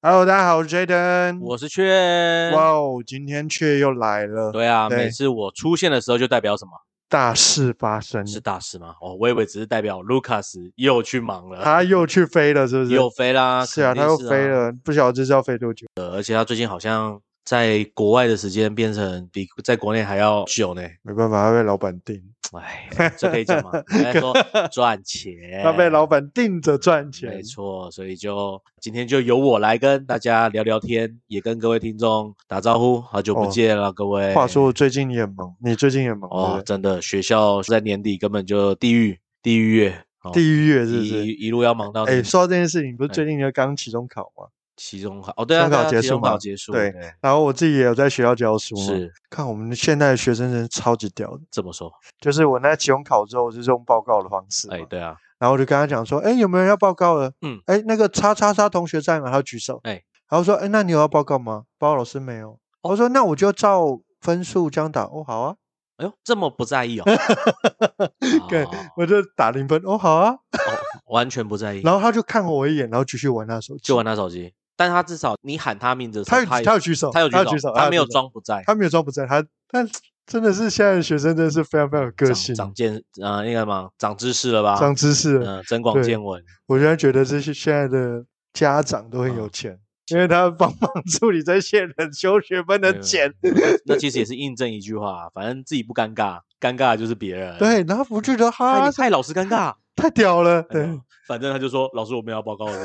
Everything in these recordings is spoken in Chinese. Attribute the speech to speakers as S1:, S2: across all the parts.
S1: Hello，大家好，我是 Jaden。
S2: 我是雀。
S1: 哇哦，今天却又来了，
S2: 对啊，
S1: 对嗯
S2: 每次我出现的时候就代表什么？
S1: 大事发生，
S2: 是大事吗？哦，我以为只是代表 Lucas 又去忙了，
S1: 他又去飞了，是不是？
S2: 又飞啦。
S1: 是啊，
S2: 肯定
S1: 他又
S2: 是
S1: 飞
S2: 啊。
S1: 了，不晓得这是要飞多久。
S2: 而且他最近好像在国外的时间变成比在国内还要久呢。
S1: 没办法，他被老板定，
S2: 哎，这可以讲吗？人家 说赚钱，
S1: 他被老板定着赚
S2: 哎没
S1: 钱。
S2: 错，所以就今天就由我来跟大家聊聊天，也跟各位听众打招呼，好久不
S1: 哦
S2: 见了，各位。
S1: 话说我最近也忙，你最近也忙，
S2: 哦，
S1: 对
S2: 真的，学校在年底根本就地狱地狱月，
S1: 不
S2: 哦
S1: 对地狱月是不
S2: 一
S1: 是？
S2: 一路要忙到
S1: 哎，
S2: 哎，
S1: 说到这件事情，不是
S2: 哎
S1: 最近就刚期中考嘛，
S2: 期中考哦，对啊，
S1: 中考
S2: 对啊
S1: 结
S2: 期
S1: 束
S2: 中考
S1: 嘛
S2: 结束，
S1: 对然后我自己也有在学校教书嘛。
S2: 是
S1: 看我们现在的学生真是超级屌的，
S2: 这么说，
S1: 就是我那期中考之后，我就是用报告的方式嘛，
S2: 哎，对啊，
S1: 然后我就跟他讲说，哎，有没有人要报告的？
S2: 嗯，
S1: 哎，那个叉叉叉同学在吗？他就举手。
S2: 哎，哦
S1: 然后说，哎，那你有要报告吗？报告老师没有。我说，那我就照分数这样打。哦，好啊，
S2: 哎呦，这么不在 意哦，
S1: 对
S2: 哦
S1: 我就打零分。哦，好啊。
S2: 完全不在意，
S1: 然后他就看我一眼，然后继续玩他的手机。
S2: 就玩他手机，但他至少你喊他名字的时
S1: 他
S2: 候，
S1: 有他
S2: 他
S1: 有举手，
S2: 他有
S1: 他
S2: 举手，
S1: 他
S2: 他没有
S1: 举手，
S2: 装不在，
S1: 他没有装不在，他但真的是现在的学生真的是非常非常有个
S2: 长
S1: 性，
S2: 长见啊，那个什么，长知识了吧？
S1: 长知识了。
S2: 嗯，增广
S1: 对
S2: 见闻，
S1: 我现在觉得这些现在的家长都很有
S2: 嗯
S1: 钱，因为他帮忙 处理这些人修学分的
S2: 对啊
S1: 钱。
S2: 那其实也是印证一句话，啊反正自己不尴尬，尴尬的就是别人。
S1: 对，然后我就觉得
S2: 害
S1: 哈
S2: 你，嗯害老师尴 尬。
S1: 太屌了，
S2: 哎
S1: 啊
S2: 呦
S1: 对，
S2: 反正他就说老师我们要报 告了。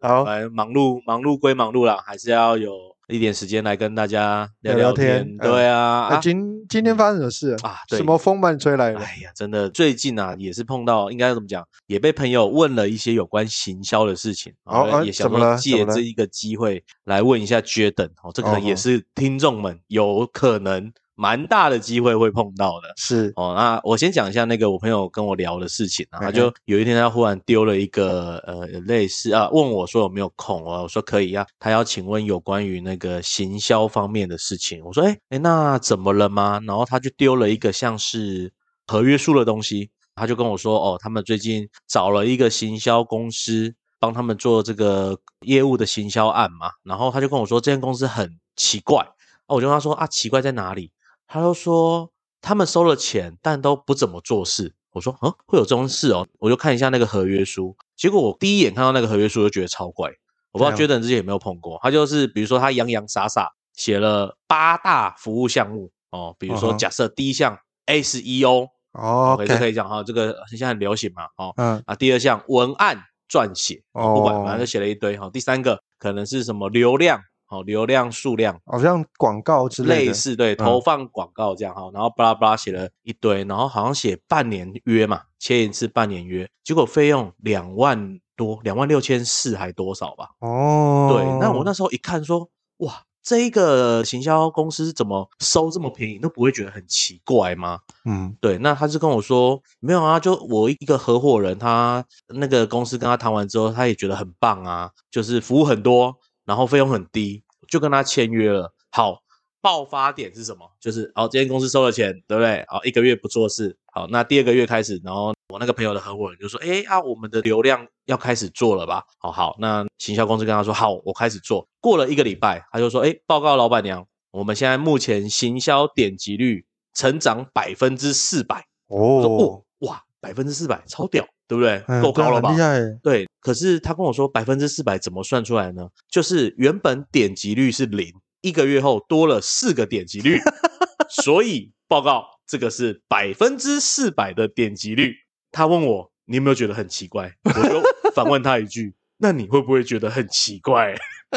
S1: 好，
S2: 反正忙碌忙碌归忙碌啦，还是要有一点时间来跟大家聊
S1: 聊聊
S2: 天。
S1: 天嗯
S2: 对啊，
S1: 那
S2: 啊
S1: 今今天发生什么事？
S2: 啊，对
S1: 什。么风把你吹来了？
S2: 哎呀，真的，最近啊，也是碰到，应该怎么讲，也被朋友问了一些有关行销的事情，
S1: 哦
S2: 然后
S1: 哎
S2: 也想
S1: 怎么
S2: 说
S1: 了怎
S2: 借
S1: 么了
S2: 这一个机会来问一下 Jaden 哦，这可能
S1: 哦
S2: 也是听众们有可能蛮大的机会会碰到的。
S1: 是
S2: 哦，那我先讲一下那个我朋友跟我聊的事情啊，
S1: 嗯
S2: 他
S1: 哼
S2: 就有一天他忽然丢了一个呃类似啊，问我说有没有空，我说可以啊，他要请问有关于那个行销方面的事情，我说哎哎那怎么了吗？然后他就丢了一个像是合约书的东西，他就跟我说哦，他们最近找了一个行销公司帮他们做这个业务的行销案嘛，然后他就跟我说这间公司很奇怪，哦，我就跟他说啊奇怪在哪里？他就说他们收了钱，但都不怎么做事。我说，嗯，会有这种事哦？我就看一下那个合约书，结果我第一眼看到那个合约书就觉得超怪。我不知道
S1: 这
S2: Jaden 之前有没有碰过，他就是比如说他洋洋洒洒写了八大服务项目哦，比
S1: 嗯
S2: 如说
S1: 哼
S2: 假设第一项 E SEO，
S1: 哦
S2: 就
S1: ，OK，
S2: 可以讲哈，这个现在很流行嘛，哦
S1: 嗯，
S2: 啊，第二项文案撰写，哦不管反正
S1: 哦
S2: 就写了一堆哈、哦，第三个可能是什么流量，哦流量数量。
S1: 好像广告之类
S2: 类
S1: 的，嗯
S2: 似对投放广告这样哈，然后巴拉巴拉写了一堆，然后好像写半年约嘛，签一次半年约，结果费用两万多，两万六千四还多少吧？
S1: 哦，
S2: 对，那我那时候一看说，哇，这一个行销公司怎么收这么便宜，都不会觉得很奇怪吗？
S1: 嗯，
S2: 对，那他是跟我说没有啊，就我一个合伙人，他那个公司跟他谈完之后，他也觉得很棒啊，就是服务很多，然后费用很低，就跟他签约了。好，爆发点是什么？就是哦，这间公司收了钱，对不对？哦，一个月不做事，好，那第二个月开始，然后我那个朋友的合伙人就说，哎啊，我们的流量要开始做了吧？好好，那行销公司跟他说，好，我开始做。过了一个礼拜，他就说，哎，报告老板娘，我们现在目前行销点击率成长百分之四百。我说
S1: 哦
S2: 哦，，哇，百分之四百，超屌，对不对？
S1: 嗯
S2: 够高了吧
S1: 很厉？害耶，
S2: 对，可是他跟我说百分之四百怎么算出来呢？就是原本点击率是零，一个月后多了四个点击率， 所以报告这个是百分之四百的点击率。他问我你有没有觉得很奇怪，我就反问他一句：那你会不会觉得很奇怪？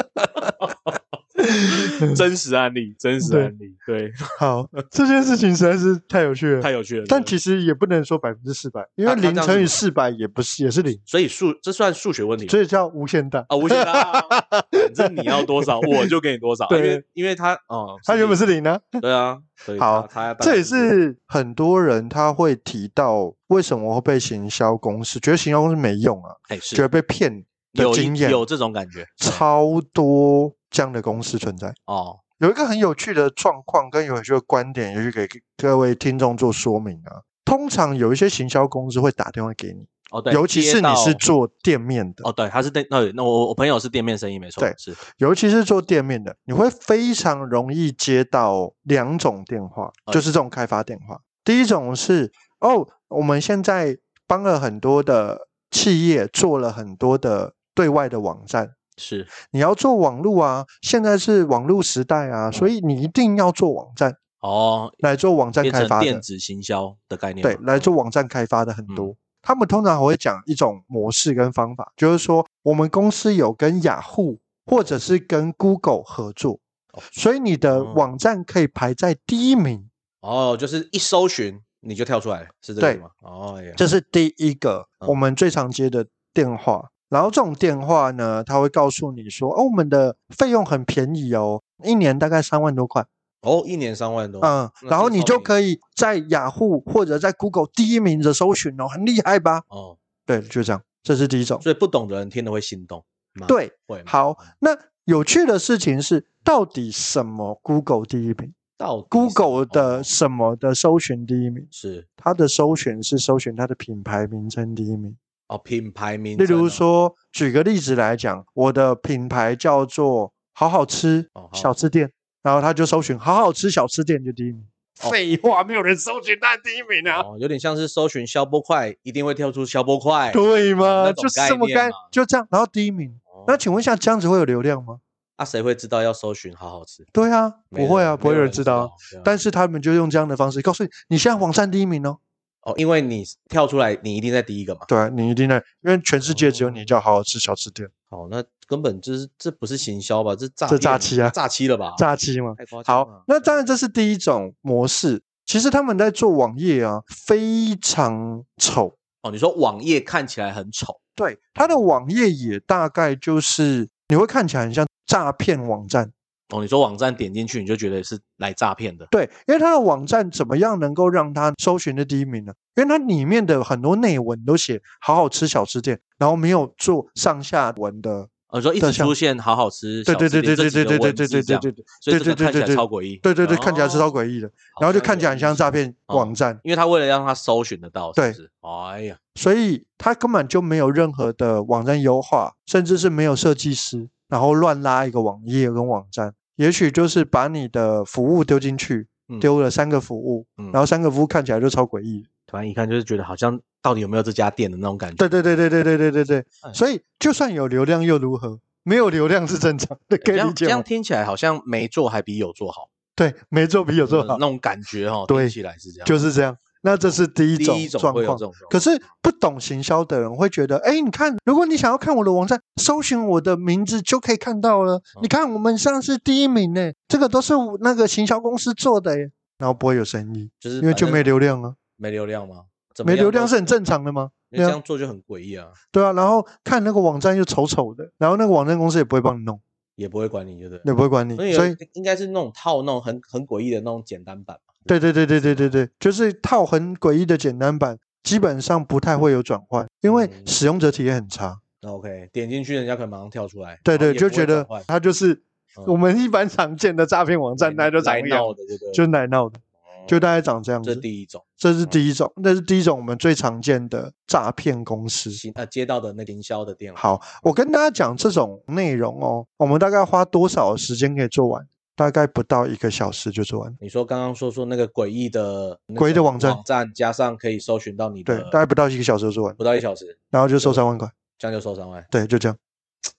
S2: 真实案例，真实
S1: 对
S2: 案例，对，
S1: 好，这件事情实在是太有趣了
S2: 太。有趣了。
S1: 但
S2: 真的
S1: 其实也不能说百分之四百，因为
S2: 他他
S1: 零
S2: 这样
S1: 乘以
S2: 子
S1: 四百也不是也是零，
S2: 所以数这算数学问题吗
S1: 所以叫无限大。
S2: 啊，无 限大啊，反正你要多少我就给你多少，因为
S1: 对
S2: 因为他哦，
S1: 它原本是零啊，
S2: 对啊，所以他
S1: 好
S2: 他大概
S1: 这也是很多人他会提到为什么会被行销公司觉得行销公司没用啊，
S2: 哎
S1: 觉得
S2: 是
S1: 被骗的
S2: 有
S1: 经
S2: 一
S1: 验，
S2: 有这种感觉对
S1: 超多这样的公司存在。
S2: 哦，
S1: 有一个很有趣的状况跟有趣的观点，也许给各位听众做说明啊，通常有一些行销公司会打电话给你，
S2: 哦，对，
S1: 尤其
S2: 接
S1: 是你
S2: 到
S1: 是做店面的，
S2: 哦，对，他是店，那那我我朋友是店面生意，没错，
S1: 对
S2: 是
S1: 尤其是做店面的，你会非常容易接到两种电话，
S2: 哎
S1: 就是这种开发电话。第一种是哦，我们现在帮了很多的企业做了很多的对外的网站，
S2: 是，
S1: 你要做网络啊，现在是网络时代啊，
S2: 嗯
S1: 所以你一定要做网站
S2: 哦，
S1: 来做网站
S2: 变
S1: 开
S2: 成
S1: 发
S2: 电
S1: 的，
S2: 子行销的概念
S1: 对
S2: 嘛，，
S1: 来
S2: 嗯
S1: 做网站开发的很
S2: 嗯
S1: 多。他们通常还会讲一种模式跟方法，就是说我们公司有跟雅虎或者是跟 Google 合作，所以你的
S2: 哦
S1: 网站可以排在第一名，
S2: 哦，就是一搜寻你就跳出来了，是这个
S1: 对
S2: 意思吗？哦，哎呀
S1: 这是第一个
S2: 嗯
S1: 我们最常接的电话。然后这种电话呢，他会告诉你说，哦，我们的费用很便宜哦，一年大概三万多块，
S2: 哦，一年三万多，
S1: 嗯，
S2: 那
S1: 然后
S2: 真
S1: 你
S2: 超
S1: 就
S2: 便
S1: 可
S2: 宜
S1: 以在雅虎或者在 Google 第一名的搜寻哦，很厉害吧？
S2: 哦，
S1: 对，就这样，这是第一种。
S2: 所以不懂的人听了会心动吗？
S1: 对，
S2: 会吗
S1: 好，那有趣的事情是，到底什么 Google 第一名
S2: 到底是
S1: ？Google
S2: 哦
S1: 的什么的搜寻第一名？
S2: 是
S1: 它的搜寻是搜寻它的品牌名称第一名。
S2: 哦，品牌名
S1: 例
S2: 称哦，
S1: 如说，举个例子来讲，我的品牌叫做“好好吃
S2: 哦好好
S1: 小吃店”，然后他就搜寻“好好吃小吃店”就第一名。废话，没有人搜寻它第一名 啊，
S2: 哦，有点像是搜寻消波块，一定会跳出消波块，
S1: 对吗？
S2: 那种
S1: 就是
S2: 概
S1: 这么
S2: 念
S1: 干
S2: 嘛，
S1: 就这样，然后第一名。
S2: 哦
S1: 那请问一下，这样子会有流量吗？
S2: 啊，谁会知道要搜寻好好吃？
S1: 对啊，
S2: 没
S1: 不会
S2: 人
S1: 啊，
S2: 没
S1: 不会有人知道啊。
S2: 对啊
S1: 但是他们就用这样的方式告诉你，你现在网站第一名哦。
S2: 哦，因为你跳出来，你一定在第一个嘛。
S1: 对啊，你一定在，因为全世界只有
S2: 哦
S1: 你叫好好吃小吃店，
S2: 哦，那根本就是这不是行销吧？这诈
S1: 这诈
S2: 骗
S1: 欺啊
S2: 诈欺了吧？
S1: 炸鸡嘛。
S2: 太夸
S1: 好
S2: 张了。，
S1: 那当然这是第一种模式。其实他们在做网页啊，非常丑。
S2: 哦，你说网页看起来很丑，
S1: 对，它的网页也大概就是你会看起来很像诈骗网站。
S2: 哦，你说网站点进去你就觉得是来诈骗的，
S1: 对，因为它的网站怎么样能够让它搜寻的第一名呢？因为它里面的很多内文都写“好好吃小吃店”，然后没有做上下文的。
S2: 哦，你说一
S1: 特
S2: 直
S1: 效
S2: 出现好好吃，
S1: 对
S2: 小
S1: 对
S2: 吃
S1: 对对对
S2: 店这
S1: 对
S2: 几
S1: 对
S2: 个
S1: 对
S2: 文
S1: 对
S2: 字
S1: 对
S2: 这
S1: 对
S2: 样
S1: 对对。
S2: 所以这
S1: 对
S2: 个
S1: 对
S2: 看起来
S1: 对
S2: 超诡异，
S1: 对对对，看起来是超
S2: 哦，
S1: 诡异的，
S2: 好
S1: 然后就
S2: 像
S1: 看起来
S2: 有
S1: 很像
S2: 意
S1: 诈
S2: 思，
S1: 骗
S2: 哦
S1: 网站，
S2: 因为他为了让他搜寻得到，是
S1: 对
S2: 不是？哎呀，
S1: 所以它根本就没有任何的网站优化，甚至是没有设计师，然后乱拉一个网页跟网站，也许就是把你的服务丢进去
S2: 嗯，
S1: 丢了三个服务，
S2: 嗯
S1: 然后三个服务看起来就超诡异的。
S2: 突然一看就是觉得好像到底有没有这家店的那种感觉，
S1: 对对对对对对对对对，
S2: 哎
S1: 所以就算有流量又如何？没有流量是正常的，可
S2: 这
S1: 以
S2: 样
S1: 理
S2: 这
S1: 解哦
S2: 样
S1: 吗。
S2: 听起来好像没做还比有做好，
S1: 对，没做比有做
S2: 嗯
S1: 好，
S2: 那种感 觉哈，
S1: 对
S2: 听起来是这样，
S1: 就是这样。那这是第一
S2: 第一
S1: 种
S2: 种
S1: 状
S2: 会有
S1: 况
S2: 这。种状况，
S1: 可是不懂行销的人会觉得，哎，你看，如果你想要看我的网站，搜寻我的名字就可以看到了。
S2: 嗯
S1: 你看，我们上次第一名呢，这个都是我那个行销公司做的耶，然后不会有生意，
S2: 就是
S1: 因为
S2: 反
S1: 就
S2: 正
S1: 没流量啊。
S2: 没流量吗？怎么
S1: 没
S2: 样
S1: 流量
S2: 都
S1: 是很正常的吗？
S2: 因为
S1: 对啊
S2: 这样做就很诡异啊，
S1: 对啊，然后看那个网站又丑丑的，然后那个网站公司也不会帮你弄，
S2: 也不会管你，对不对？
S1: 也不会管你，
S2: 所以
S1: 所以
S2: 有应该是那种套那种很很诡异的那种简单版嘛。
S1: 对对对对对对对，就是套很诡异的简单版，基本上不太会有转换，因为
S2: 嗯
S1: 使用者体验很差。
S2: 那 OK，点进去人家可能马上跳出来，
S1: 对
S2: 然后
S1: 对，
S2: 哦也
S1: 就
S2: 不会
S1: 觉得
S2: 转换
S1: 它就是
S2: 嗯
S1: 我们一般常见的诈骗网站，大
S2: 来
S1: 家就长
S2: 来
S1: 这样
S2: 闹，的这个，
S1: 就奶闹的，就
S2: 哦
S1: 大概长这样
S2: 这
S1: 子。
S2: 第嗯一种
S1: 这是第一种，那是第一种我们最常见的诈骗公司。
S2: 行呃接到的那个营销的电话。
S1: 好，我跟大家讲这种内容哦，我们大概花多少时间可以做完？大概不到一个小时就做完了，
S2: 你说刚刚说说那个诡异的那
S1: 诡异的
S2: 种哦呃
S1: 网站
S2: 网站加上可以搜寻到你
S1: 对
S2: 的，，
S1: 大概不到一个小时就做完了，
S2: 不到一小时，
S1: 然后就收三万块，
S2: 这样就收三万，
S1: 对，就这样，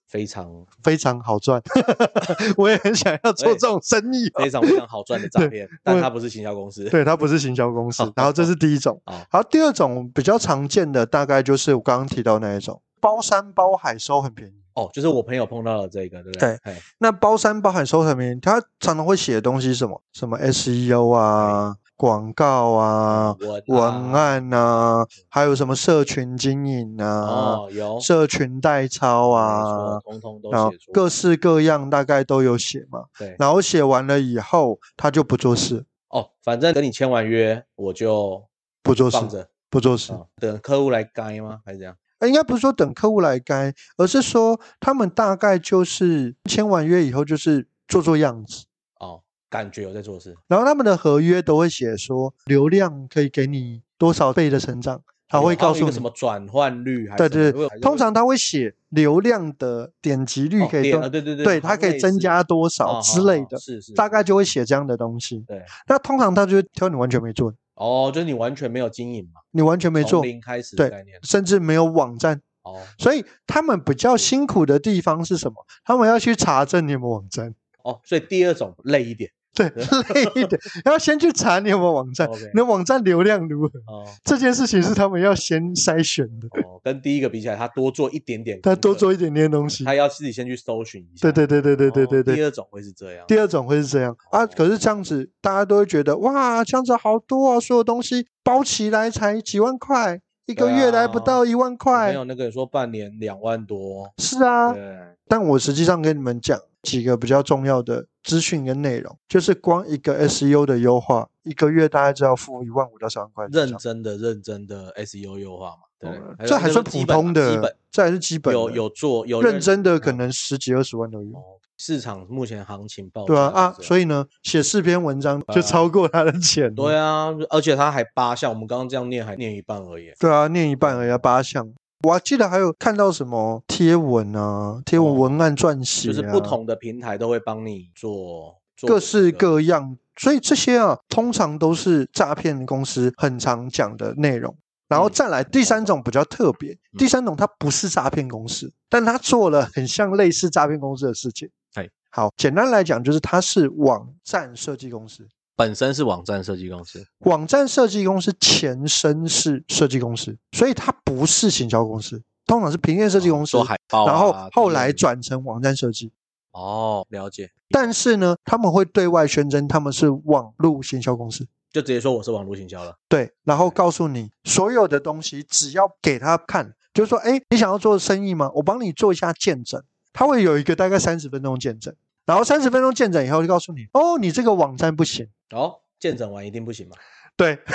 S2: 非常
S1: 非常好赚。 我也很想要做这种生意哦、
S2: 非常非常好赚的诈
S1: 对
S2: 骗，但
S1: 我
S2: 它不是行销公司。
S1: 对，它不是行销公司。然后这是第一种
S2: 好，
S1: 好，第二种比较常见的大概就是我刚刚提到那一种，包山包海收很便宜。
S2: 哦，就是我朋友碰到了这个，对不对？对，
S1: 那包山包海收很便宜，它常常会写的东西是什么什么 SEO 啊、广告啊、文
S2: 啊，
S1: 案啊，还有什么社群经营啊、
S2: 哦，有
S1: 社群代操啊
S2: 没错，通通都
S1: 然后
S2: 写出
S1: 各
S2: 来
S1: 式各样大概都有写嘛。
S2: 对
S1: 然后写完了以后，他就不做事，
S2: 哦，反正跟你签完约，我就
S1: 不做事，
S2: 放着
S1: 不做事。
S2: 啊，等客户来该吗？还是这样？
S1: 呃，应该不是说等客户来该，而是说他们大概就是签完约以后就是做做样子，
S2: 哦，感觉有在做事，
S1: 然后他们的合约都会写说流量可以给你多少倍的成长，它会告诉
S2: 哦有
S1: 你
S2: 什么转换率还是
S1: 对
S2: 什么？
S1: 对
S2: 会有还
S1: 对，
S2: 是
S1: 通
S2: 会
S1: 常它会写流量的点击率
S2: 哦
S1: 可以
S2: 点
S1: 多，
S2: 啊对对对
S1: 对，
S2: 它
S1: 它可
S2: 类
S1: 以增
S2: 似
S1: 加多
S2: 哦
S1: 少
S2: 哦
S1: 之类
S2: 哦
S1: 的，
S2: 是是
S1: 大概就会写这样的东西。
S2: 对
S1: 那通常它就会挑你完全没做的，
S2: 哦，就是你完全没有经营嘛，
S1: 你完全没
S2: 从
S1: 做，
S2: 零开始的
S1: 对
S2: 概念
S1: 甚至没有网站。
S2: 哦
S1: 所以他们比较辛苦的地方是什么？他们要去查证你有没有网站，
S2: 哦，所以第二种累一点
S1: 对，累一点，要先去查你有没有网站
S2: OK
S1: 你的网站流量如何。
S2: 哦
S1: 这件事情是他们要先筛选的，
S2: 哦，跟第一个比起来，他多做一点点，
S1: 他多做一点点东西。
S2: 他要自己先去搜寻一下。
S1: 对对对对对对
S2: 哦
S1: 对对
S2: 第。二种会是这样。
S1: 第二种会是这样啊，
S2: 哦
S1: 可是这样子大家都会觉得哇，这样子好多啊，所有东西包起来才几万块，一个
S2: 对
S1: 月来不
S2: 啊
S1: 到一万
S2: 没
S1: 块
S2: 有，那个人说半年两万多，
S1: 是啊。
S2: 对，
S1: 但我实际上跟你们讲几个比较重要的资讯跟内容，就是光一个 SEO 的优化，一个月大概就要付一万五到三万块以上，
S2: 认真的认真的 SEO 优化嘛，对不
S1: 嗯
S2: 对，
S1: 这还
S2: 是
S1: 算普通
S2: 基本
S1: 的，这还是基本
S2: 有
S1: 的
S2: 有做有
S1: 认真的，可
S2: 嗯
S1: 能十几二十万都有。
S2: 哦市场目前行情报
S1: 对啊啊，所
S2: 以
S1: 以呢，写四篇文章就超过他的钱了。
S2: 啊对啊，而且他还八项，我们刚刚这样念还念一半而已。
S1: 对啊，念一半而已啊，八项。我还记得还有看到什么贴文啊，贴文
S2: 哦
S1: 文案撰写、
S2: 就
S1: 啊，
S2: 是不同的平台都会帮你做做
S1: 各
S2: 这
S1: 式
S2: 个
S1: 各样，所以这些啊，通常都是诈骗公司很常讲的内容。然后
S2: 嗯
S1: 再来第三种比较特别，第三种它不是诈骗公司，但它做了很像类似诈骗公司的事情
S2: 哎。
S1: 好，简单来讲就是它是网站设计公司，
S2: 本身是网站设计公司，
S1: 网站设计公司前身是设计公司，所以它不是行销公司，通常是平面设计公司，
S2: 做海报啊，
S1: 然后后
S2: 等等
S1: 来
S2: 的
S1: 转成网站设计。
S2: 哦，了解，
S1: 但是呢，他们会对外宣称他们是网络行销公司，
S2: 就直接说我是网络行销了。
S1: 对，然后
S2: 对
S1: 告诉你所有的东西，只要给他看，就是说，哎，你想要做生意吗？我帮你做一下见证，他会有一个大概三十分钟见证，然后三十分钟见证以后就告诉你，哦，你这个网站不行，
S2: 哦，见诊完一定不 行嘛？
S1: 对，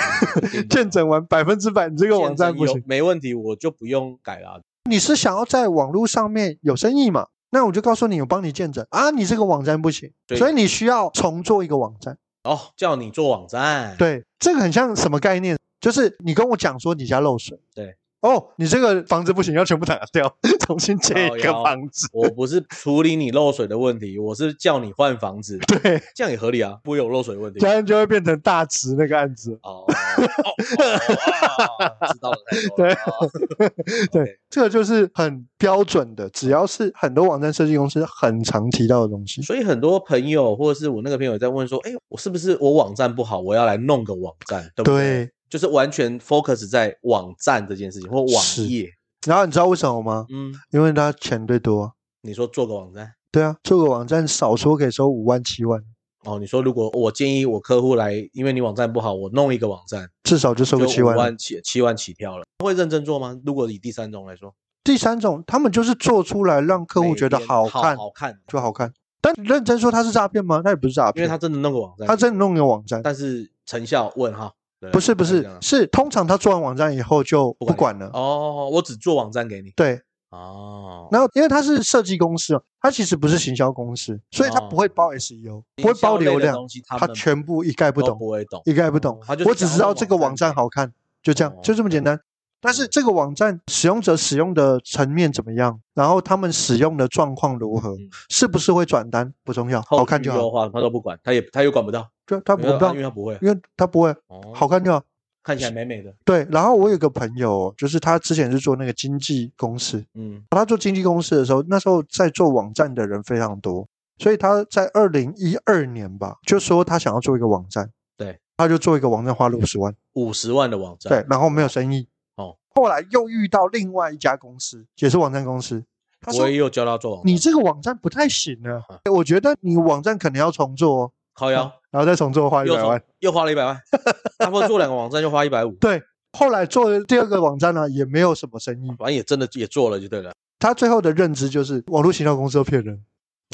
S1: 见
S2: 一定的嘛
S1: 证完百分之百你这个网
S2: 见
S1: 站
S2: 证
S1: 不
S2: 有
S1: 行，
S2: 没问题，我就不用改了。
S1: 你是想要在网络上面有生意嘛？那我就告诉你，我帮你见证啊，你这个网站不行，
S2: 对
S1: 所以你需要重做一个网站。
S2: 哦，叫你做网站，
S1: 对，这个很像什么概念？就是你跟我讲说你家漏水，
S2: 对，
S1: 哦，你这个房子不行，要全部打掉， 重新建
S2: 靠
S1: 一个
S2: 腰
S1: 房子。
S2: 我不是处理你漏水的问题，我是叫你换房子，
S1: 对，
S2: 这样也合理啊，不会有漏水问题
S1: 这。样就会变成大直那个案子。
S2: 哦，哦哦哦知道了，太多了。哦 OK
S1: 对，这个就是很标准的，只要是很多网站设计公司很常提到的东西。
S2: 所以很多朋友或者是我那个朋友在问说，哎，我是不是我网站不好，我要来弄个网站，对不对？
S1: 对，
S2: 就是完全 focus 在网站这件事情或
S1: 是
S2: 网页。
S1: 然后你知道为什么吗？
S2: 嗯，
S1: 因为他钱最多啊。
S2: 你说做个网站。
S1: 对啊，做个网站少说可以收五万七万，
S2: 哦，你说如果我建议我客户来，因为你网站不好，我弄一个网站，
S1: 至少就收
S2: 就
S1: 个七
S2: 五
S1: 万了。
S2: 万起七万起跳了，会认真做吗？如果以第三种来说，
S1: 第三种，他们就是做出来让客户
S2: 每
S1: 觉得
S2: 天
S1: 好看
S2: 好看，
S1: 就好看。但认真说它是诈骗吗？那也不是诈
S2: 因为
S1: 骗，
S2: 他真的弄个网站，
S1: 他真的，弄一个网站，
S2: 但是成效问号，对
S1: 不是不
S2: 这
S1: 是
S2: 样，
S1: 是通常他做完网站以后就不管了。
S2: 哦，我只做网站给你，
S1: 对，
S2: 哦，
S1: 然后因为他是设计公司嘛，他其实不是行销公司，所以他
S2: 哦
S1: 不会包 SEO，不
S2: 行
S1: 会
S2: 销
S1: 包
S2: 类的
S1: 流量
S2: 东西，他
S1: 他
S2: 们
S1: 全部一概不
S2: 都
S1: 懂，
S2: 不会懂，
S1: 一概不懂
S2: 哦他就。
S1: 我
S2: 是
S1: 只
S2: 想
S1: 知道
S2: 要弄
S1: 这个
S2: 网
S1: 网
S2: 站哦
S1: 站
S2: 给
S1: 好看，就这样，就这么简单。但是
S2: 嗯
S1: 这个网站使用者使用的层面怎么样，然后他们使用的状况如何
S2: 嗯，
S1: 是不是会转单不重要，
S2: 后
S1: 好看
S2: 续
S1: 就
S2: 优
S1: 好。
S2: 化他都不管，他也他又管不到，
S1: 就他
S2: 因
S1: 不
S2: 为
S1: 知道
S2: 因为，他不会，
S1: 因为他不会
S2: 哦
S1: 好看就好。
S2: 看起来美美的，
S1: 对，然后我有个朋友，哦就是他之前是做那个经纪公司，
S2: 嗯，
S1: 他做经纪公司的时候，那时候在做网站的人非常多，所以他在二零一二年吧，就说他想要做一个网站，
S2: 对，
S1: 他就做一个网站花了五十万，
S2: 五十万的网站，
S1: 对，，然后没有生意，
S2: 哦，
S1: 后来又遇到另外一家公司，也是网站公司，他说
S2: 我也有教他做网站，
S1: 你这个网站不太行啊
S2: 啊，
S1: 我觉得你网站可能要重做、哦，
S2: 靠腰。
S1: 然后再重做花一
S2: 又
S1: 百
S2: 从
S1: 万，
S2: 又花了一百 万，差不多做两个网站就花一百五，
S1: 对，后来做了第二个网站呢、也没有什么生意，
S2: 反正也真的也做了就对了。
S1: 他最后的认知就是网络行销公司都骗人。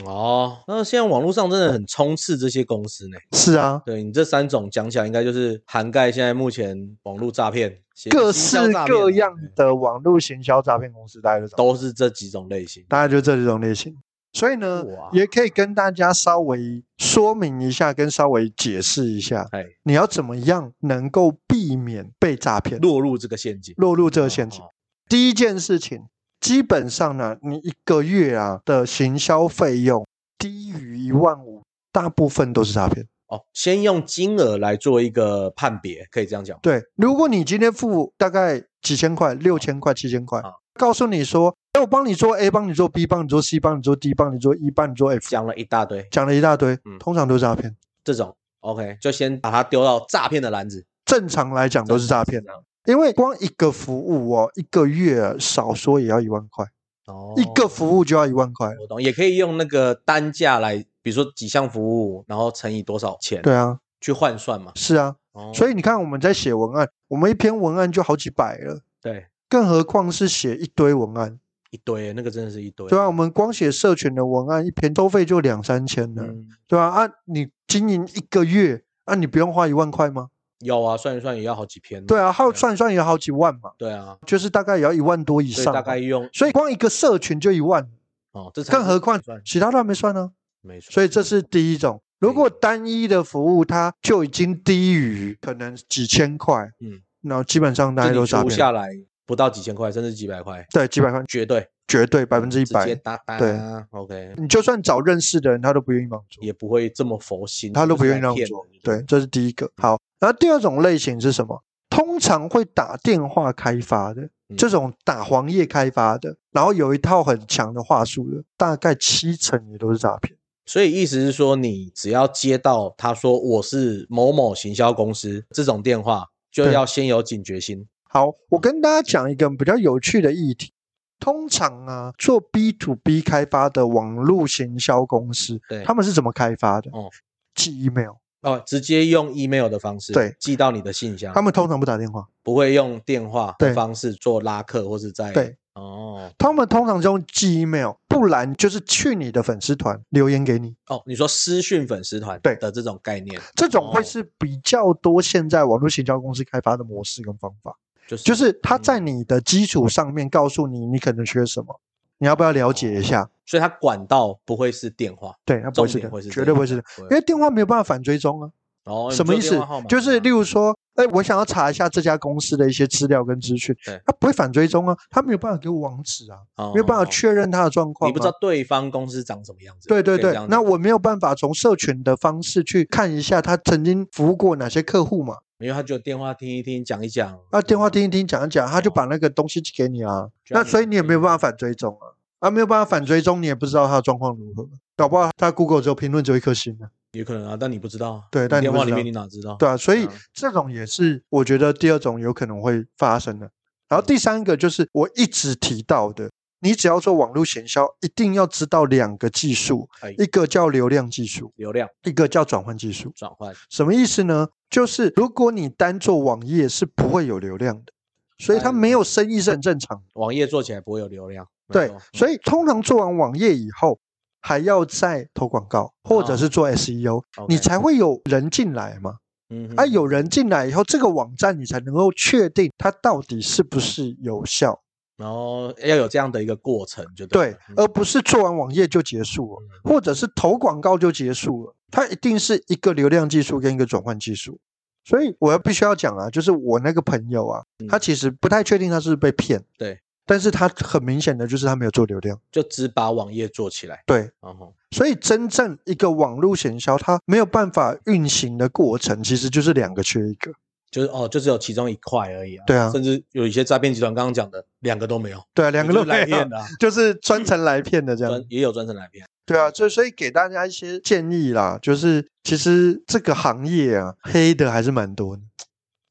S2: 哦，那现在网络上真的很充斥这些公司呢。
S1: 是啊，
S2: 对你这三种讲起来，应该就是涵盖现在目前网络诈骗、邪
S1: 各
S2: 行
S1: 式
S2: 销诈骗
S1: 各
S2: 嘛
S1: 样
S2: 对
S1: 的网络行销诈骗公司，大家都知道
S2: 都是这几种类型。
S1: 大概就这几种类型。所以呢
S2: 哇，
S1: 也可以跟大家稍微说明一下，跟稍微解释一下
S2: 哎，
S1: 你要怎么样能够避免被诈骗，
S2: 落入这个陷阱，
S1: 落入这个陷阱。
S2: 哦
S1: 第一件事情，基本上呢，你一个月啊的行销费用低于一万五，大部分都是诈骗。
S2: 哦，先用金额来做一个判别，可以这样讲吗。
S1: 对，如果你今天付大概几千块、六千块、七千块
S2: 啊，
S1: 告诉你说，哎，我帮你做 A，帮你做 B，帮你做 C，帮你做 D，帮你做 E，帮你做 F，
S2: 讲了一大堆，
S1: 讲了一大堆
S2: 嗯，
S1: 通常都是诈骗。
S2: 这种 OK 就先把它丢到诈骗的篮子，
S1: 正常来讲都是诈骗啊
S2: 这，样
S1: 因为光一个服务哦，一个月少说也要一万块，
S2: 哦，
S1: 一个服务就要一万块了。
S2: 我懂，也可以用那个单价来，比如说几项服务，然后乘以多少钱，
S1: 对，啊，
S2: 去换算嘛。
S1: 是啊，
S2: 哦，
S1: 所以你看我们在写文案，我们一篇文案就好几百了，
S2: 对
S1: 更何况是写一堆文案，
S2: 一堆，那个真的是一堆。
S1: 对啊，我们光写社群的文案，一篇收费就两三千了，
S2: 嗯，
S1: 对啊，啊，你经营一个月，啊，你不用花一万块吗？
S2: 有啊，算一算也要好几篇。
S1: 对啊，耗
S2: 对啊
S1: 算一算也好几万嘛，
S2: 对啊，
S1: 就是大概也要一万多以
S2: 所以
S1: 上嘛，
S2: 大概用
S1: 所以光一个社群就一万，
S2: 哦，这才
S1: 更
S2: 是
S1: 何况
S2: 算
S1: 其他都还没算呢、
S2: 没错。
S1: 所以这是第一种。如果单一的服务，它就已经低于可能几千块，
S2: 嗯，
S1: 那基本上大
S2: 这
S1: 家
S2: 里
S1: 都是诈
S2: 除
S1: 骗，
S2: 下来不到几千块，甚至几百块，
S1: 对，几百块
S2: 绝对
S1: 绝对百分之一
S2: 直
S1: 百。
S2: 接哒哒。
S1: 对
S2: ，OK，
S1: 你就算找认识的人，他都不愿意帮助，
S2: 也不会这么佛心，
S1: 他都
S2: 就
S1: 不
S2: 是
S1: 愿意
S2: 来
S1: 让我
S2: 骗
S1: 做
S2: 人。
S1: 对，，这是第一个。好，然后第二种类型是什么？通常会打电话开发的，
S2: 嗯
S1: 这种打黄页开发的，然后有一套很强的话术的，大概七成也都是诈骗。
S2: 所以意思是说，你只要接到他说我是某某行销公司这种电话，就
S1: 对
S2: 要先有警觉心。
S1: 好，我跟大家讲一个比较有趣的议题。通常啊，做 B to B 开发的网络行销公司，
S2: 对
S1: 他们是怎么开发的？
S2: 哦，
S1: 寄 email，
S2: 哦，直接用 email 的方式，
S1: 对
S2: 寄到你的信箱，
S1: 他们通常不打电话，
S2: 不会用电话
S1: 对
S2: 的方式做拉客或是在
S1: 对
S2: 哦
S1: 他们通常是用寄 email，不然就是去你的粉丝团留言给你。
S2: 哦，你说私讯粉丝团
S1: 对
S2: 的这种概念，
S1: 这种会
S2: 哦
S1: 是比较多现在网络行销公司开发的模式跟方法，
S2: 就是
S1: 就是它在
S2: 嗯
S1: 你的基础上面告诉你你可能缺什么，你要不要了解一下？
S2: 所以它管道不会是电话，
S1: 对，它不
S2: 嗯重
S1: 会是
S2: 点
S1: 的
S2: 会是，
S1: 绝对不会是的，因为电话没有办法反追踪啊。
S2: 哦
S1: 什么意思？就是例如说，哎，我想要查一下这家公司的一些资料跟资讯
S2: 对，
S1: 它不会反追踪啊，它没有办法给我网址啊，
S2: 没
S1: 没有办法，确认它的状
S2: 哦哦
S1: 况、啊。
S2: 你不知道对方公司长什么样子，
S1: 对对
S2: 可以这
S1: 对
S2: 样，
S1: 那
S2: 讲
S1: 我没有办法从社群的方式去看一下他曾经服务过哪些客户嘛。
S2: 因为他就电话听一听，讲一讲，
S1: 啊，电话听一听，讲一讲，他就
S2: 哦
S1: 把那个东西寄给你啊。
S2: 就
S1: 那
S2: 让你
S1: 所以你也没有
S2: 自己
S1: 办法反追踪啊，啊，没有办法反追踪，你也不知道他的状况如何，搞不好他 Google 只有评论只有一颗星呢、
S2: 有可能啊，但你不知道啊，
S1: 对
S2: 你
S1: 但你
S2: 电
S1: 不
S2: 话
S1: 知
S2: 里面
S1: 道
S2: 你哪知道？
S1: 对啊，所以
S2: 啊
S1: 这种也是我觉得第二种有可能会发生的。然后第三个就是我一直提到的，你只要做网络行销，一定要知道两个技术，
S2: 哎，
S1: 一个叫流量技术，
S2: 流量
S1: 一个叫转换技术。
S2: 转换，
S1: 什么意思呢？就是如果你单做网页是不会有流量的，所
S2: 哎
S1: 以它没有生意是很正常的。
S2: 网页做起来不会有流量，没
S1: 对
S2: 错，
S1: 所
S2: 嗯
S1: 以通常做完网页以后，还要再投广告或者
S2: 哦
S1: 是做 SEO，、你
S2: OK，
S1: 才会有人进来嘛。
S2: 嗯
S1: 啊，
S2: 哼
S1: 有人进来以后，这个网站你才能够确定它到底是不是有效，
S2: 然后要有这样的一个过程，就
S1: 对
S2: 了，嗯
S1: 而不是做完网页就结束了，或者是投广告就结束了。它一定是一个流量技术跟一个转换技术。所以我要必须要讲啊，就是我那个朋友啊，他其实不太确定他是不是被骗，
S2: 嗯对，
S1: 但是他很明显的就是他没有做流量，
S2: 就只把网页做起来，哦
S1: 对，
S2: 然后
S1: 所以，真正一个网络行销它没有办法运行的过程，其实就是两个缺一个。
S2: 就是哦，就只有其中一块而已啊，
S1: 对啊
S2: 甚至有一些诈骗集团刚刚讲的两个都没有，
S1: 对啊，两个都
S2: 就是来
S1: 没有
S2: 骗，的啊，
S1: 就是专程来骗的这
S2: 专
S1: 样。
S2: 也有专程来骗，
S1: 对啊，就所以给大家一些建议啦，就是其实这个行业啊，黑的还是蛮多的。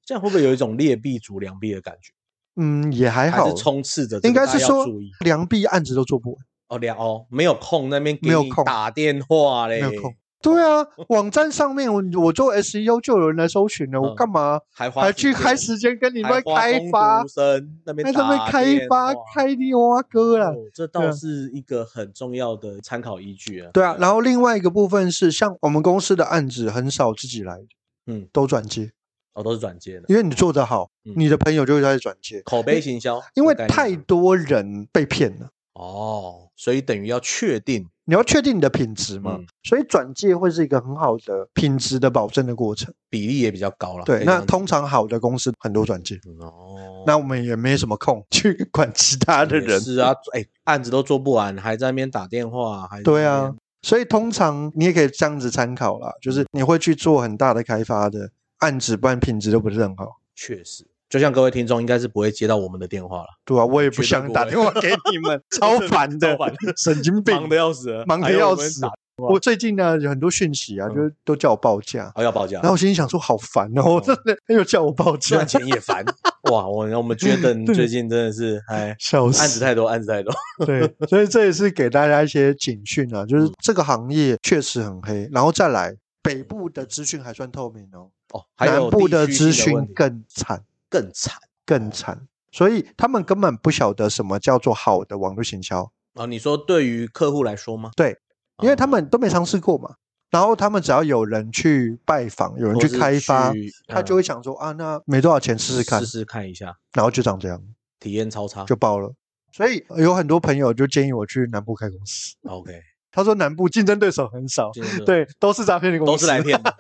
S2: 这样会不会有一种劣币逐良币的感觉？
S1: 嗯，也还
S2: 还
S1: 好
S2: 是，充斥着这个，
S1: 应该
S2: 大
S1: 是
S2: 家要
S1: 说
S2: 注意
S1: 良币案子都做不完，
S2: 哦，两哦，没有空那边给
S1: 没有
S2: 你
S1: 空
S2: 打电话嘞，
S1: 没有空。对啊，网站上面我我做 SEO 就有人来搜寻了，我
S2: 嗯嗯
S1: 干嘛
S2: 还花
S1: 还去
S2: 间哦
S1: 开时间跟你
S2: 还
S1: 们
S2: 花
S1: 开
S2: 工
S1: 发
S2: 读，生那边
S1: 还在那边
S2: 打
S1: 开
S2: 电
S1: 发
S2: 话
S1: 开你哇哥啦？
S2: 哦这
S1: 对
S2: 倒
S1: 啊
S2: 是一个很重要的参考依据啊。
S1: 对啊，然后另外一个部分是，像我们公司的案子很少自己来的，
S2: 嗯，
S1: 都转接，
S2: 哦，都是转接的，
S1: 因为你做得好，
S2: 嗯
S1: 你的朋友就会开始转接，
S2: 口碑行销的概念啊，
S1: 因为太多人被骗了。
S2: 哦，所以等于要确定
S1: 你要确定你的品质嘛，
S2: 嗯
S1: 所以转介会是一个很好的品质的保证的过程。
S2: 比例也比较高了。可
S1: 对，
S2: 以
S1: 那
S2: 这样
S1: 通常好的公司很多转介，
S2: 讲啊哦，
S1: 那我们也没什么空去 管其他的
S2: 也
S1: 人。
S2: 是啊，哎、案子都做不完，还在那边打电话，还在
S1: 对
S2: 那
S1: 啊
S2: 边，，
S1: 所以通常你也可以这样子参考啦，就是你会去做很大的开发的案子，不然品质都不是很好。
S2: 确实，就像各位听众应该是不会接到我们的电话了，
S1: 对啊，我也不
S2: 绝对
S1: 想
S2: 不
S1: 打
S2: 会
S1: 电话给你们，超烦的，
S2: 超烦
S1: 神经
S2: 忙
S1: 病
S2: 的，要死了，
S1: 忙
S2: 还
S1: 得
S2: 要
S1: 要
S2: 我们
S1: 死
S2: 打。
S1: 我最近呢有很多讯息啊，
S2: 嗯
S1: 就是都叫我报价，
S2: 哦，要报价
S1: 然后，我心里想说好烦哦，
S2: 嗯
S1: 我真的又叫我 报价
S2: 赚，钱也烦。 哇，我我们 Jordan 最近真的是，哎，
S1: 笑
S2: 案子
S1: 死。
S2: 太多，案子 太多。
S1: 对，所以这也是给大家一些警讯啊，就是
S2: 嗯
S1: 这个行业确实很黑，然后再来北部的资讯还算透明哦，
S2: 哦，还
S1: 南
S2: 有
S1: 部
S2: 地
S1: 的
S2: 区
S1: 资
S2: 性
S1: 讯
S2: 问题嗯
S1: 更惨。
S2: 更惨。
S1: 更惨，所以他们根本不晓得什么叫做好的网络行销，
S2: 哦，你说对于客户来说吗？
S1: 对，因为他
S2: 哦
S1: 们都没尝试过嘛。然后他们只要有人去拜访，有人去
S2: 或是
S1: 开发，
S2: 去
S1: 他
S2: 嗯
S1: 就会想说啊，那没多少钱试试看
S2: 试，试啊看一下，
S1: 然后就长这样
S2: 体验超差。
S1: 就爆了。所以有很多朋友就建议我去南部开公司，
S2: OK，
S1: 他说南部竞争对手很少，
S2: 进入这个
S1: 对，都是诈骗的公司，
S2: 都是来 骗的，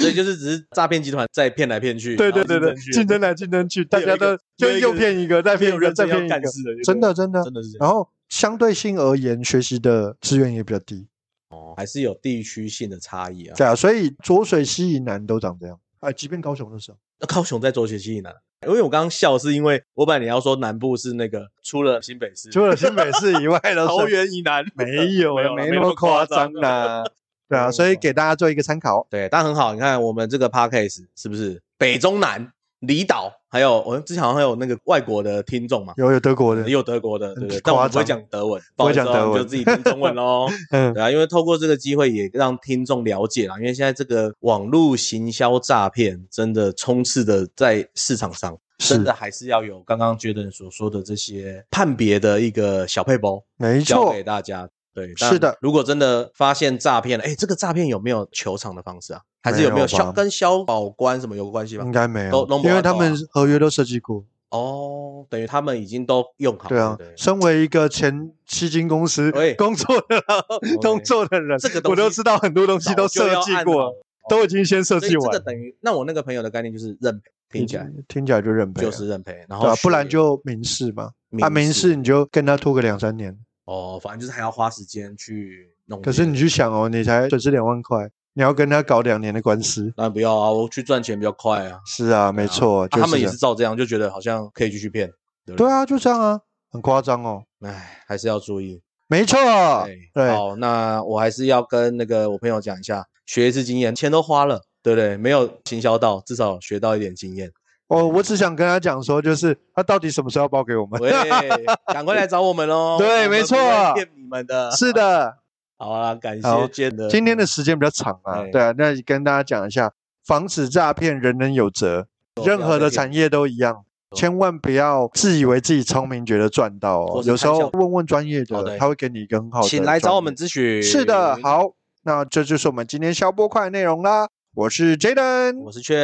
S2: 所以就是只是诈骗集团在骗来骗去，
S1: 对
S2: 然后
S1: 对对对，
S2: 去
S1: 竞争来竞争 去，大
S2: 有
S1: 家
S2: 一个
S1: 都就
S2: 有一
S1: 又
S2: 个
S1: 骗一个，再
S2: 没
S1: 骗
S2: 有
S1: 一个，
S2: 认
S1: 再
S2: 真
S1: 骗
S2: 要
S1: 一
S2: 干
S1: 个，
S2: 事的，
S1: 真的真的啊
S2: 真的是这样
S1: 然后相对性而言，学习的资源也比较低。
S2: 哦，还是有地区性的差异啊。
S1: 对啊，所以浊水溪以南都长这样。啊，即便高雄都是啊。
S2: 那高雄在做学习南，因为我刚刚笑是因为我本来你要说南部是那个除了新北市，
S1: 除了新北市以外都是。
S2: 桃园以南
S1: 没有
S2: 没
S1: 啊，
S2: 有啦
S1: 没
S2: 没
S1: 那
S2: 那
S1: 么
S2: 么
S1: 夸
S2: 夸
S1: 张
S2: 张
S1: 啦。对啊，所以给大家做一个参考。
S2: 对，但很好，你看我们这个 podcast 是不是北中南离岛，还有我们之前好像有那个外国的听众嘛，
S1: 有有德国的
S2: 也，有德国的，对不
S1: 很
S2: 对？但我们不
S1: 夸
S2: 会
S1: 张
S2: 讲德文，
S1: 不
S2: 不
S1: 会
S2: 好意思
S1: 讲德
S2: 哦你
S1: 文
S2: 就自己听中文喽。
S1: 嗯，
S2: 对啊，因为透过这个机会，也让听众了解啦，因为现在这个网络行销诈骗真的充斥的在市场上，真
S1: 是
S2: 的还是要有刚刚 Jaden 所说的这些判别的一个小配包
S1: 没
S2: 教
S1: 错
S2: 给，大家。对，
S1: 是的
S2: 但如果真的发现诈骗了，哎，这个诈骗有没有求偿的方式啊？还是有没
S1: 没有
S2: 有
S1: 吧嗯
S2: 消跟消保官什么有关系吧
S1: 应？该没有
S2: 都都，没
S1: 因为
S2: 有
S1: 他
S2: 到啊
S1: 们合约都设计过。
S2: 哦，等于他们已经都用好
S1: 对
S2: 了。
S1: 啊， 身为一个前基金公司
S2: 喂
S1: 工作的 工作的人，
S2: 这个东
S1: 我都
S2: 西
S1: 知道很多东西
S2: 早
S1: 都
S2: 就
S1: 设
S2: 要
S1: 计
S2: 按好
S1: 过
S2: 了，
S1: 都已经先设
S2: 所以
S1: 计
S2: 这个
S1: 完。
S2: 等于那我那个朋友的概念就是认赔，听起来
S1: 听起来就认赔
S2: 就
S1: 了，
S2: 是
S1: 对
S2: 认赔，然后
S1: 啊，不然
S2: 学
S1: 就民事嘛。
S2: 民
S1: 啊，民
S2: 事
S1: 事你就跟他拖个两三年。
S2: 哦，反正就是还要花时间去弄
S1: 可
S2: 这个。
S1: 是你去想哦，你才损失两万块，你要跟他搞两年的官司。
S2: 当然不要啊，我去赚钱比较快啊。
S1: 是啊，没错，
S2: 啊
S1: 就是
S2: 他们也
S1: 这
S2: 是
S1: 样
S2: 照这样，就觉得好像可以继续骗。对不
S1: 对，啊，就这样啊，很夸张哦。
S2: 哎，还是要注意。哎
S1: 没错，啊对，
S2: 好，那我还是要跟那个我朋友讲一下，学一次经验，钱都花了，对不对？没有行销到，至少学到一点经验。
S1: 我哦我只想跟他讲说，就是他到底什么时候要包给我们？
S2: 喂， 赶快来找我们哦。
S1: 对
S2: 我们
S1: 没
S2: 不会
S1: 错啊
S2: 骗你们的。
S1: 是的，
S2: 好啊，感
S1: 好
S2: 谢建的
S1: 今天的时间比较长啊，
S2: 哎
S1: 对啊，那跟大家讲一下，防止诈骗，人人有责，
S2: 哦
S1: 任何的产业都一样。
S2: 错
S1: 千万不要自以为自己聪明，觉得赚到哦
S2: 或。是
S1: 有时
S2: 看
S1: 候
S2: 效果
S1: 问问专业
S2: 好
S1: 的，
S2: 的
S1: 他会给你一个很好的。
S2: 请来找我们。咨询。
S1: 是的，，好，那这就是我们今天消波快的内容啦。我是 Jaden，
S2: 我是券。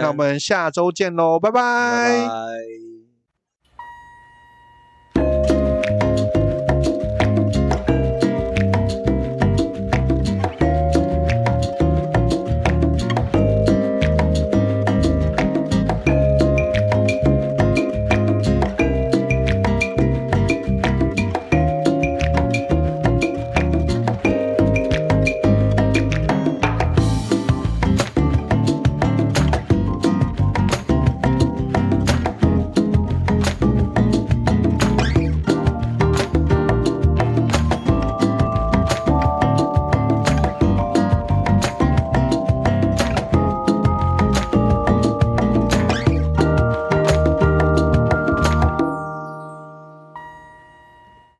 S1: 那我们下周见喽，拜
S2: 拜
S1: 拜
S2: 拜。